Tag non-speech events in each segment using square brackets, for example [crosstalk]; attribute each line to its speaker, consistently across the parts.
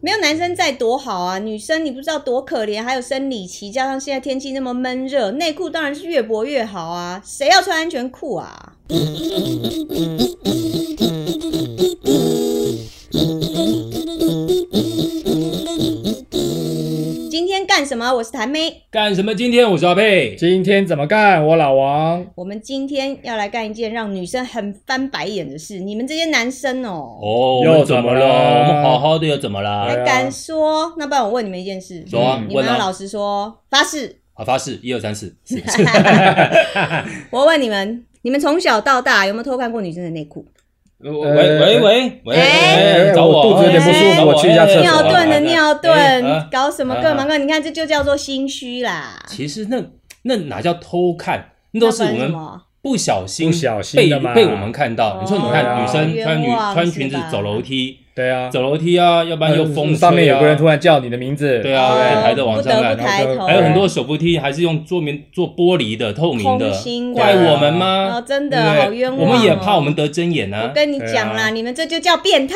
Speaker 1: 没有男生在多好啊，女生你不知道多可怜，还有生理期，加上现在天气那么闷热，内裤当然是越薄越好啊，谁要穿安全裤啊？今天干什么？啊我是谭妹，
Speaker 2: 干什么？今天我是阿佩，
Speaker 3: 今天怎么干？我老王，
Speaker 1: 我们今天要来干一件让女生很翻白眼的事，你们这些男生哦，
Speaker 2: 哦，
Speaker 3: 又
Speaker 2: 我们怎么了？
Speaker 3: 怎么了
Speaker 2: 我们好好的又怎么
Speaker 1: 还
Speaker 2: 了？
Speaker 1: 敢说？那不然我问你们一件事，
Speaker 2: 走啊，
Speaker 1: 哎你们
Speaker 2: 问
Speaker 1: 要
Speaker 2: 啊
Speaker 1: 老，实说，发誓。
Speaker 2: 啊，发誓，一二三四，是
Speaker 1: [laughs] 我问你们，你们从小到大有没有偷看过女生的内裤？
Speaker 2: 喂喂喂喂
Speaker 1: 哎
Speaker 2: 喂，找
Speaker 3: 我肚子有点
Speaker 1: 不舒服
Speaker 2: 哎
Speaker 3: 我去一下厕所
Speaker 1: 尿
Speaker 3: 啊
Speaker 1: 遁的尿遁
Speaker 2: 哎，
Speaker 1: 搞什么
Speaker 2: 啊
Speaker 1: 各忙各？你看这就叫做心虚啦。
Speaker 2: 其实那那哪叫偷看？那都是我
Speaker 1: 那不然什
Speaker 2: 们
Speaker 1: 么
Speaker 2: 不小心
Speaker 3: 不小心
Speaker 2: 被
Speaker 3: 的嘛
Speaker 2: 被我们看到。你说你
Speaker 3: 哦
Speaker 2: 看女生穿女
Speaker 1: 冤枉
Speaker 2: 穿
Speaker 1: 是
Speaker 2: 裙子
Speaker 1: 吧
Speaker 2: 走楼梯，
Speaker 3: 对啊，
Speaker 2: 走楼梯啊，要不然又风吹啊
Speaker 3: 呃上面有个人突然叫你的名字，
Speaker 2: 对啊
Speaker 1: 哦
Speaker 2: 对抬着往上
Speaker 1: 不得
Speaker 2: 看
Speaker 1: 不抬头，
Speaker 3: 然后就
Speaker 2: 还有很多手扶梯还是用做棉做玻璃的透明的
Speaker 1: 空心，的
Speaker 2: 怪我们
Speaker 1: 哦，
Speaker 2: 吗？
Speaker 1: 真
Speaker 2: 对不
Speaker 1: 的
Speaker 2: 对
Speaker 1: 好冤枉哦。
Speaker 2: 我们也怕我们得真眼
Speaker 1: 我
Speaker 2: 啊。
Speaker 1: 跟你讲啦，
Speaker 3: 对啊
Speaker 1: 你们这就叫变态。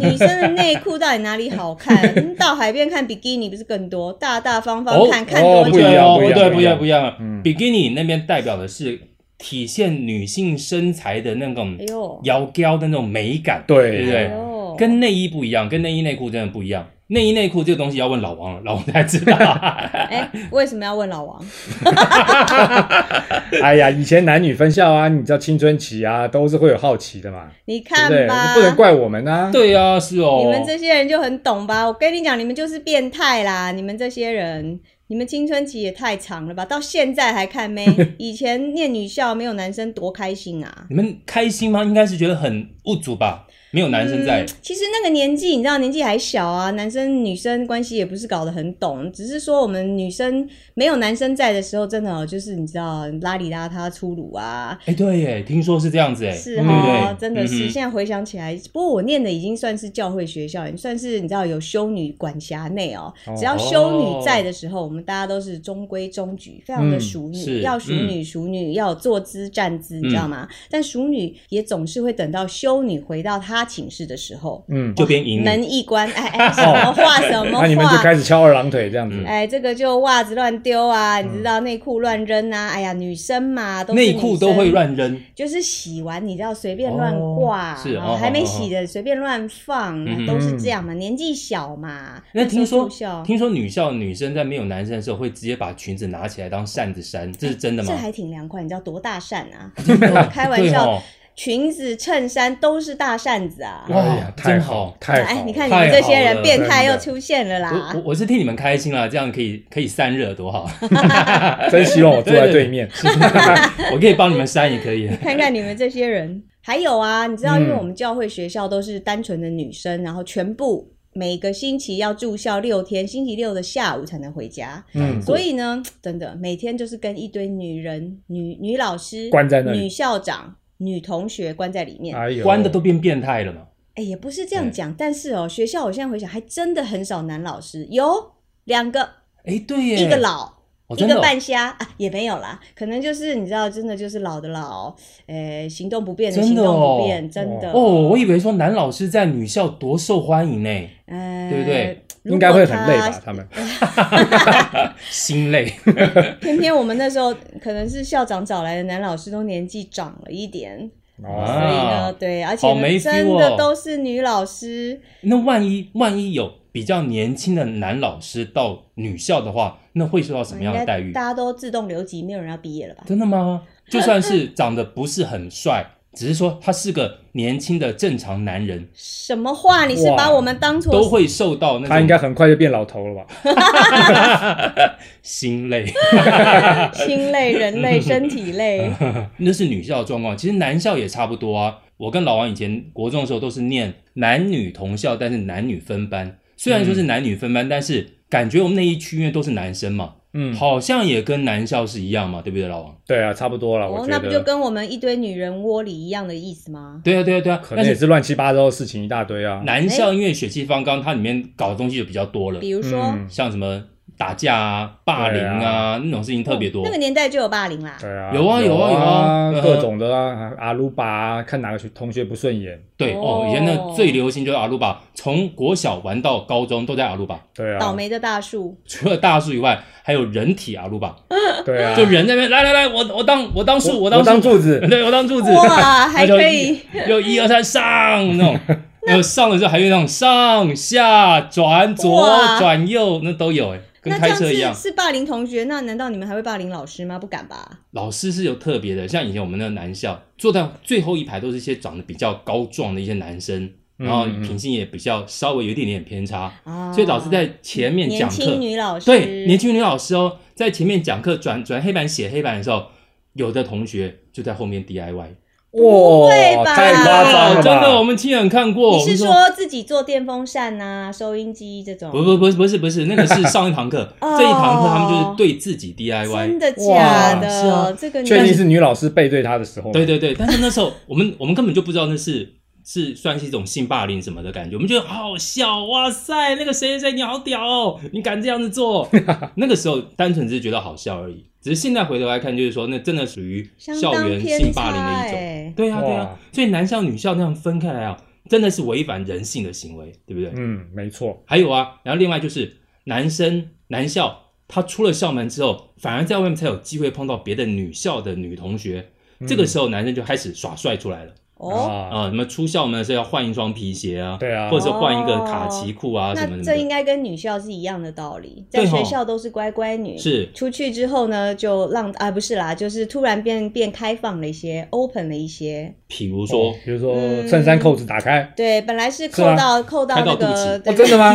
Speaker 1: 女生的内裤到底哪里好
Speaker 2: [laughs]
Speaker 1: 看？到海边看比基尼不是更多？大大方方
Speaker 2: 哦
Speaker 1: 看看
Speaker 3: 哦
Speaker 1: 多
Speaker 3: 不
Speaker 1: 久
Speaker 3: 一？样
Speaker 2: 不
Speaker 3: 不一样
Speaker 2: 对，
Speaker 3: 不
Speaker 2: 不
Speaker 3: 一
Speaker 2: 一
Speaker 3: 样
Speaker 2: 样，不一样。
Speaker 3: 嗯
Speaker 2: 比基尼那边代表的是体现女性身材的那种
Speaker 1: 哎呦，
Speaker 2: 摇高的那种美感，对不
Speaker 3: 对，
Speaker 1: 哎
Speaker 2: 对？
Speaker 1: 呦，
Speaker 2: 跟内衣不一样，跟内衣内裤真的不一样。内衣内裤这个东西要问老王了， [laughs] 老王才知道。
Speaker 3: [laughs]
Speaker 1: 哎，为什么要问老王？
Speaker 3: 哎呀，以前男女分校啊，你知道青春期啊，都是会有好奇的嘛，
Speaker 1: 你
Speaker 3: 对不
Speaker 1: 看
Speaker 3: 对？
Speaker 1: 吧，
Speaker 3: 不能怪我们啊，
Speaker 2: 对啊，是哦。
Speaker 1: 你们这些人就很懂吧？我跟你讲，你们就是变态啦！你们这些人，你们青春期也太长了吧？到现在还看妹，
Speaker 2: [laughs]
Speaker 1: 以前念女校没有男生多开心啊！
Speaker 2: 你们开心吗？应该是觉得很不足吧，没有男生在。
Speaker 1: 嗯其实那个年纪，你知道年纪还小啊，男生女生关系也不是搞得很懂，只是说我们女生没有男生在的时候，真的哦，就是你知道邋里邋遢、粗鲁啊，
Speaker 2: 哎、对耶，听说是这样子哎，
Speaker 1: 是
Speaker 2: 对不
Speaker 1: 哈、
Speaker 2: 对？
Speaker 1: 真的是。
Speaker 2: 嗯哼
Speaker 1: 现在回想起来，不过我念的已经算是教会学校，也算是你知道有修女管辖内哦。
Speaker 3: 哦
Speaker 1: 只要修女在的时候，我们大家都是中规中矩，非常的
Speaker 3: 嗯
Speaker 1: 淑女，
Speaker 2: 是
Speaker 1: 要淑女淑女，要有坐姿站姿，你知道吗？但淑女也总是会等到修女回到她寝室的时候，
Speaker 3: 嗯，
Speaker 2: 就变赢你，
Speaker 1: 门一关，哎哎，什么话什么
Speaker 3: 那
Speaker 1: 话。
Speaker 3: 啊你们就开始翘二郎腿这样子，
Speaker 1: 哎，这个就袜子乱丢啊，你知道内裤乱扔啊，哎呀，女生嘛，都是
Speaker 2: 内
Speaker 1: 女
Speaker 2: 裤都
Speaker 1: 生
Speaker 2: 会乱扔，
Speaker 1: 就是洗完你知道随便乱挂，
Speaker 2: 哦是
Speaker 1: 然后
Speaker 2: 哦
Speaker 1: 还没洗的随便乱放，
Speaker 2: 嗯
Speaker 1: 都是这样嘛，年纪小嘛。
Speaker 2: 那
Speaker 1: 时候
Speaker 2: 听说
Speaker 1: 住校
Speaker 2: 听说女校女生在没有男生的时候，会直接把裙子拿起来当扇子扇，这是真的
Speaker 1: 这
Speaker 2: 吗？
Speaker 1: 还挺凉快，你知道多大扇啊？开
Speaker 2: [laughs] 对
Speaker 1: 玩笑，
Speaker 2: 哦，
Speaker 1: 裙子、衬衫都是大扇子啊。
Speaker 2: 哇
Speaker 3: 哎呀，太
Speaker 2: 真
Speaker 3: 好
Speaker 2: 好，
Speaker 3: 太好
Speaker 1: 哎
Speaker 3: 了，，
Speaker 1: 你看你们这些人变态又
Speaker 3: 真的
Speaker 1: 出现了
Speaker 2: 我我
Speaker 1: 啦！
Speaker 2: 我是替你们开心啦，这样可以可以散热多好， [laughs]
Speaker 3: 真希望我坐在
Speaker 1: [laughs]
Speaker 3: 对面，
Speaker 2: 我可以帮你们扇也可以。
Speaker 1: [laughs] 看看你们这些人，还有啊，你知道，
Speaker 3: 嗯
Speaker 1: 因为我们教会学校都是单纯的女生，然后全部每个星期要住校六天，星期六的下午才能回家。
Speaker 3: 嗯，
Speaker 1: 所以呢，真的每天就是跟一堆女人、女女老师
Speaker 3: 关在那里
Speaker 1: 女校长、女同学关在里面。
Speaker 2: 啊
Speaker 1: 哎、
Speaker 3: 哎呦，
Speaker 2: 关的都变变态了嘛？
Speaker 1: 也不是这样
Speaker 2: 哎
Speaker 1: 讲，但是哦，学校我现在回想，还真的很少男老师，有两个，
Speaker 2: 哎，对耶，
Speaker 1: 一个老。
Speaker 2: 哦，
Speaker 1: 一
Speaker 2: 真的
Speaker 1: 个
Speaker 2: 哦
Speaker 1: 半瞎、 [laughs] 啊，也没有啦，可能就是你知道，真的就是老的老，呃，行动不便的
Speaker 2: 真
Speaker 1: 行
Speaker 2: 的
Speaker 1: 动不
Speaker 2: 哦
Speaker 1: 便，真的
Speaker 2: 哦，我以为说男老师在女校多受欢迎呢，
Speaker 1: 呃，
Speaker 2: 对不对？
Speaker 3: 应该会很累吧？？他们
Speaker 2: 心累。
Speaker 1: [laughs] 偏偏我们那时候可能是校长找来的男老师都年纪长了一点，所以
Speaker 3: 哦，
Speaker 1: 呢，
Speaker 2: 啊
Speaker 1: 对，而且
Speaker 2: 好
Speaker 1: 呢
Speaker 2: 没 feel
Speaker 1: 真的
Speaker 2: 哦
Speaker 1: 都是女老师，
Speaker 2: 那万一万一有比较年轻的男老师到女校的话，那会受到什么样的待
Speaker 1: 应该
Speaker 2: 遇？
Speaker 1: 大家都自动留级，没有人要毕业了吧？
Speaker 2: 真的吗？ [laughs] 就算是长得不是很帅，只是说他是个年轻的正常男人，
Speaker 1: 什么话？你是
Speaker 3: 哇
Speaker 1: 把我们当做
Speaker 2: 都会受到那
Speaker 3: 他应该
Speaker 2: 种
Speaker 3: 很快就变老头了吧？
Speaker 2: 心累。 [laughs]
Speaker 1: 心累、人类、身体累？
Speaker 2: 那是女校的状况，其实男校也差不多啊。我跟老王以前国中的时候都是念男女同校，但是男女分班。虽然说
Speaker 3: 嗯
Speaker 2: 是男女分班，但是感觉我们那一区因为都是男生嘛，
Speaker 3: 嗯，
Speaker 2: 好像也跟男校是一样嘛，对不对，老王？
Speaker 3: 对啊，差不多了，我
Speaker 1: 哦，
Speaker 3: 觉
Speaker 1: 那不就
Speaker 3: 得。
Speaker 1: 跟我们一堆女人窝里一样的意思吗？
Speaker 2: 对啊，对啊，对啊。
Speaker 3: 可能
Speaker 2: 但
Speaker 3: 也
Speaker 2: 是
Speaker 3: 是乱七八糟的事情一大堆啊。
Speaker 2: 男校因为血气方刚，它里面搞的东西就比较多了，
Speaker 1: 比如说，
Speaker 3: 嗯
Speaker 2: 像什么打架啊、霸凌
Speaker 3: 对
Speaker 2: 啊那种事情特别
Speaker 1: 哦
Speaker 2: 多
Speaker 1: 那。个年代就有霸凌啦。
Speaker 3: 对啊，
Speaker 2: 有啊有
Speaker 3: 有
Speaker 2: 啊有啊
Speaker 3: 各种的啊，阿鲁巴啊，看哪个学同学不顺眼，
Speaker 2: 对哦
Speaker 1: 哦，
Speaker 2: 以前那最流行就是阿鲁巴，从国小玩到高中都在阿鲁巴。 [laughs]
Speaker 3: 对
Speaker 1: 倒
Speaker 3: 啊，
Speaker 1: 霉的大树，
Speaker 2: 除了大树以外，还有人体阿鲁巴，
Speaker 3: 对啊，
Speaker 2: 就人那边来来来，我我当我当树，
Speaker 3: 我
Speaker 2: 当
Speaker 3: 当
Speaker 2: 树，
Speaker 3: 柱子，
Speaker 2: [laughs] 对我当柱子，
Speaker 1: 哇，还
Speaker 2: 那就
Speaker 1: 可以，
Speaker 2: 就一二三上
Speaker 1: [laughs]
Speaker 2: 那种，然后上了之后还有那种上下转左
Speaker 1: 哇
Speaker 2: 转右，那都有哎、跟
Speaker 1: 那
Speaker 2: 开车
Speaker 1: 这
Speaker 2: 一样
Speaker 1: 样是。是霸凌同学，那难道你们还会霸凌老师吗？不敢吧？
Speaker 2: 老师是有特别的，像以前我们那个男校，坐到最后一排都是一些长得比较高壮的一些男生，然后
Speaker 3: 嗯嗯
Speaker 2: 品性也比较稍微有一点点偏差，
Speaker 1: 啊，
Speaker 2: 所以老师在前面
Speaker 1: 年
Speaker 2: 讲
Speaker 1: 轻
Speaker 2: 课，
Speaker 1: 女老师，
Speaker 2: 对年轻女老师哦，在前面讲课转转黑板写黑板的时候，有的同学就在后面 DIY，
Speaker 1: 不
Speaker 3: 哇
Speaker 1: 会吧，
Speaker 3: 太夸张了吧
Speaker 2: 真的，我们亲眼看过。
Speaker 1: 你
Speaker 2: 哦我们
Speaker 1: 是说自己做电风扇呐、收音机这种？
Speaker 2: 不不不是不是不是，那个是上一堂课，
Speaker 1: [laughs] 哦
Speaker 2: 这一堂课他们就是对自己 DIY。
Speaker 1: 真的假的？
Speaker 2: 哇是啊
Speaker 1: 这个你
Speaker 3: 确定是女老师背对他的时候，
Speaker 2: 对，对对，但是那时候我们我们根本就不知道那是 [laughs] 是算是一种性霸凌什么的感觉，我们觉得好好笑，哇塞，那个谁谁谁你好屌哦，你敢这样子做？那个时候单纯只是觉得好笑而已，只是现在回头来看，就是说那真的属于
Speaker 1: 相
Speaker 2: 校
Speaker 1: 当
Speaker 2: 园
Speaker 1: 偏
Speaker 2: 性
Speaker 1: 差
Speaker 2: 霸凌的一种。
Speaker 1: 欸
Speaker 2: 对啊对啊
Speaker 3: 哇，
Speaker 2: 所以男校女校那样分开来啊，真的是违反人性的行为，对不对？
Speaker 3: 嗯，没错，
Speaker 2: 还有啊，然后另外就是男生男校，他出了校门之后，反而在外面才有机会碰到别的女校的女同学。这个时候男生就开始耍帅出来了
Speaker 1: 哦，
Speaker 3: 嗯啊，
Speaker 2: 啊！什么出校门的时候要换一双皮鞋啊，
Speaker 3: 对啊
Speaker 2: 或者是换一个卡其裤啊什么
Speaker 1: 哦那
Speaker 2: 什么
Speaker 1: 这应
Speaker 2: 的。
Speaker 1: 该跟女校是一样的道理，
Speaker 2: 对
Speaker 1: 在
Speaker 2: 吼
Speaker 1: 学校都是乖乖女，
Speaker 2: 是
Speaker 1: 出去之后呢，就让啊不是啦，就是突然变变开放了一些，open 了一些。
Speaker 2: 比如
Speaker 1: 哦
Speaker 2: 说，
Speaker 3: 哦比如说
Speaker 1: 嗯
Speaker 3: 衬衫扣子打开，
Speaker 1: 对，本来是
Speaker 3: 是
Speaker 1: 扣
Speaker 3: 吗
Speaker 1: 到扣到
Speaker 2: 啊开
Speaker 1: 那
Speaker 2: 到肚
Speaker 1: 个，
Speaker 2: 脐
Speaker 1: 对
Speaker 3: 哦，真的吗？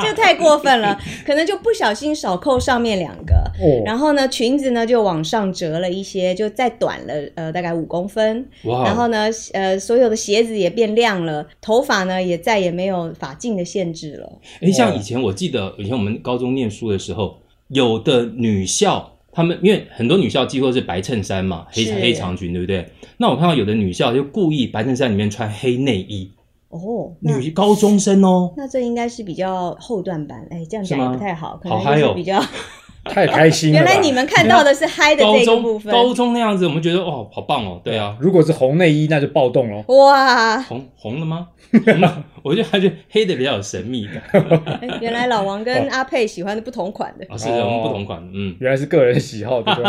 Speaker 1: [laughs] 这太过分了，可能就不小心少扣上面两个，
Speaker 3: 哦，
Speaker 1: 然后呢，裙子呢就往上折了一些，就再短了呃大概五公分。然
Speaker 2: 哇，
Speaker 1: 后呢，呃，所有的鞋子也变亮了，头发呢也再也没有发髻的限制了。
Speaker 2: 哎，像以前我记得，以前我们高中念书的时候，有的女校。他们因为很多女校几乎都是白衬衫嘛，黑
Speaker 1: 是
Speaker 2: 黑长裙，对不对？那我看到有的女校就故意白衬衫里面穿黑内衣，
Speaker 1: 哦，那
Speaker 2: 女高中生哦，
Speaker 1: 那这应应该是比较后段版，哎，这样
Speaker 2: 是
Speaker 1: 讲也
Speaker 2: 吗
Speaker 1: 不太好，可
Speaker 2: 好
Speaker 1: 能
Speaker 2: 嗨
Speaker 1: 就
Speaker 2: 哦
Speaker 1: 是比较。
Speaker 3: 太开心了
Speaker 1: 原
Speaker 3: 吧。
Speaker 1: 来你们看到的是嗨的
Speaker 2: 高
Speaker 1: 这个
Speaker 2: 中
Speaker 1: 部分，
Speaker 2: 高中那样子，我们觉得哦，好棒哦，对啊，
Speaker 3: 如果是红内衣，那就暴动喽。
Speaker 2: [laughs]
Speaker 1: 哇！
Speaker 2: 红红了吗？红了， [laughs] 我觉得还是黑的比较有神
Speaker 1: [laughs]
Speaker 2: 秘感，
Speaker 1: 哎原来老王跟阿佩喜欢的不同款的，
Speaker 2: 啊，是的，我们不同款，嗯，
Speaker 3: 原来是个人喜好的东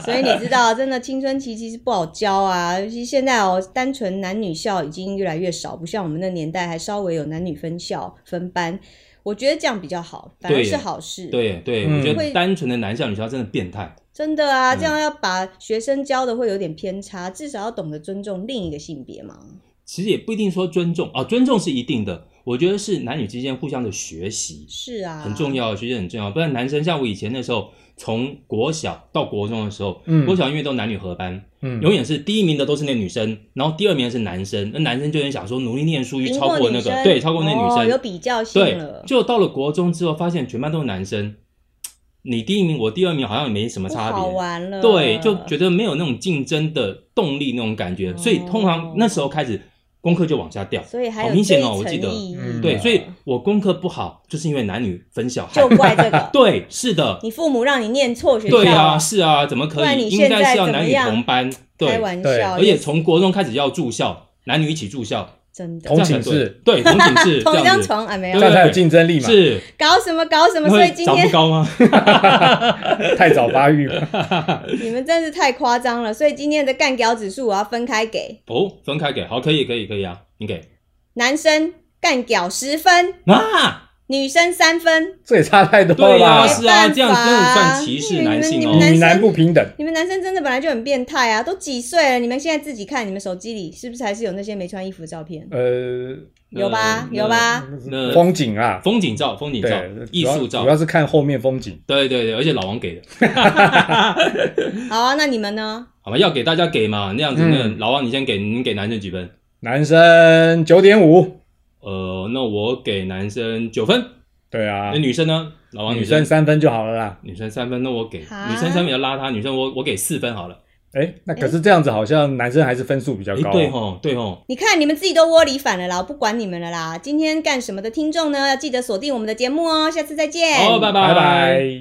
Speaker 2: [laughs]
Speaker 1: 所以你知道，真的青春期其实不好教啊。 [laughs] 尤其现在哦，单纯男女校已经越来越少，不像我们那年代还稍微有男女分校分班。我觉得这样比较好，反而
Speaker 2: 对
Speaker 1: 是好事。，
Speaker 2: 对对，
Speaker 3: 嗯
Speaker 2: 我觉得单纯的男校女校真的变态，
Speaker 1: 真的啊，
Speaker 2: 嗯
Speaker 1: 这样要把学生教的会有点偏差，至少要懂得尊重另一个性别嘛。
Speaker 2: 其实也不一定说尊重啊，尊重是一定的，我觉得是男女之间互相的学习
Speaker 1: 是啊，
Speaker 2: 很重。要，学习很重要，不然男生像我以前那时候，从国小到国中的时候，
Speaker 3: 嗯
Speaker 2: 国小因为都男女合班，
Speaker 3: 嗯，
Speaker 2: 永远是第一名的都是那女生，然后第二名的是男生，那男生就很想说努力念书去
Speaker 1: 赢
Speaker 2: 超过那
Speaker 1: 女
Speaker 2: 个，
Speaker 1: 生
Speaker 2: 对，超过那女
Speaker 1: 哦、有
Speaker 2: 生，
Speaker 1: 比较性
Speaker 2: 对
Speaker 1: 了，。
Speaker 2: 就到了国中之后，发现全班都是男生，你第一名，我第二名，好像也没什么
Speaker 1: 不
Speaker 2: 差
Speaker 1: 好
Speaker 2: 别，
Speaker 1: 玩了，
Speaker 2: 对，就觉得没有那种竞争的动力那种感
Speaker 1: 哦
Speaker 2: 觉，所以通常那时候开始功课就往下掉，
Speaker 1: 所以还
Speaker 2: 好
Speaker 1: 有
Speaker 2: 明显
Speaker 1: 这一
Speaker 2: 哦我记
Speaker 1: 层
Speaker 2: 得
Speaker 1: 意义
Speaker 3: 嗯
Speaker 2: 对，
Speaker 1: 了
Speaker 2: 所以我功课不好，就是因为男女分小孩。
Speaker 1: 就，怪这个
Speaker 2: [laughs] 对，是的，
Speaker 1: 你父母让你念错学校，
Speaker 2: 对啊，是啊，怎么
Speaker 1: 不
Speaker 2: 可
Speaker 1: 然
Speaker 2: 以？
Speaker 1: 你
Speaker 2: 应
Speaker 1: 现
Speaker 2: 该
Speaker 1: 在
Speaker 2: 是要
Speaker 1: 怎么
Speaker 2: 男女
Speaker 1: 样
Speaker 2: 同班，
Speaker 1: 开
Speaker 2: 对，
Speaker 1: 玩
Speaker 3: 对
Speaker 1: 笑，
Speaker 2: 而且从国中开始要住校，男女一起住校，
Speaker 1: 真的
Speaker 3: 同
Speaker 2: 这样才
Speaker 3: 寝室
Speaker 2: 对，对同寝
Speaker 1: [laughs]
Speaker 2: 室
Speaker 1: 同一
Speaker 2: 这样
Speaker 1: 张
Speaker 2: 子，
Speaker 1: 床啊，没有
Speaker 2: 对
Speaker 3: 这样才有竞争力嘛。
Speaker 2: 是，
Speaker 1: 搞什么搞什么，
Speaker 2: 那
Speaker 1: 所以
Speaker 2: 会
Speaker 1: 今
Speaker 2: 长不
Speaker 1: 天
Speaker 2: 高啊吗？
Speaker 3: 太早发育了，
Speaker 1: 你们真是太夸张了，所以今天的干屌指数我要分开给
Speaker 2: [laughs] 哦，分开给，好，可以，可以，可以啊，你给
Speaker 1: 男生干屌十分，
Speaker 2: 啊，
Speaker 1: 女生三分，
Speaker 3: 这也差太多了
Speaker 2: 对
Speaker 3: 吧
Speaker 2: 啊，
Speaker 1: 没？
Speaker 2: 是啊，
Speaker 1: 办
Speaker 2: 这样真的
Speaker 1: 法
Speaker 2: 算歧视
Speaker 1: 你
Speaker 2: 男性
Speaker 1: 你
Speaker 2: 哦
Speaker 1: 们。男
Speaker 3: 女
Speaker 1: 生
Speaker 3: 男不平等，
Speaker 1: 你们男生真的本来就很变态啊，都几岁了，你们现在自己看你们手机里是不是还是有那些没穿衣服的照片？
Speaker 3: 呃，
Speaker 1: 有吧，
Speaker 2: 那
Speaker 1: 有？吧，
Speaker 2: 那
Speaker 3: 风景啊，
Speaker 2: 风景照，风景照
Speaker 3: 对，，
Speaker 2: 艺
Speaker 3: 主要
Speaker 2: 术照
Speaker 3: 主，要是看后面风景。
Speaker 2: 对对对，而且老王给的，
Speaker 1: 好啊，那你们呢？
Speaker 2: 好吗？要给大家给嘛，那样子，
Speaker 3: 嗯
Speaker 2: 那老王你先给，你给男生几分？
Speaker 3: 男生九点五，
Speaker 2: 呃，那我给男生九分，
Speaker 3: 对啊
Speaker 2: 那，女生呢？老王
Speaker 3: 女
Speaker 2: 女生
Speaker 3: 生三分就好了啦。
Speaker 2: 女生三分，那我给
Speaker 1: 啊
Speaker 2: 女生三分比较邋遢，女生我我给四分好了。
Speaker 3: 哎，那可是这样子，好像男生还是分数比较
Speaker 2: 哎，
Speaker 3: 高。
Speaker 2: 对吼，对吼，
Speaker 1: 你看，你们自己都窝里反了啦，我不管你们了啦。今天干什么的听众哎呢？要记得锁定我们的节目哦，下次再见。
Speaker 2: 好，拜拜
Speaker 3: 拜拜。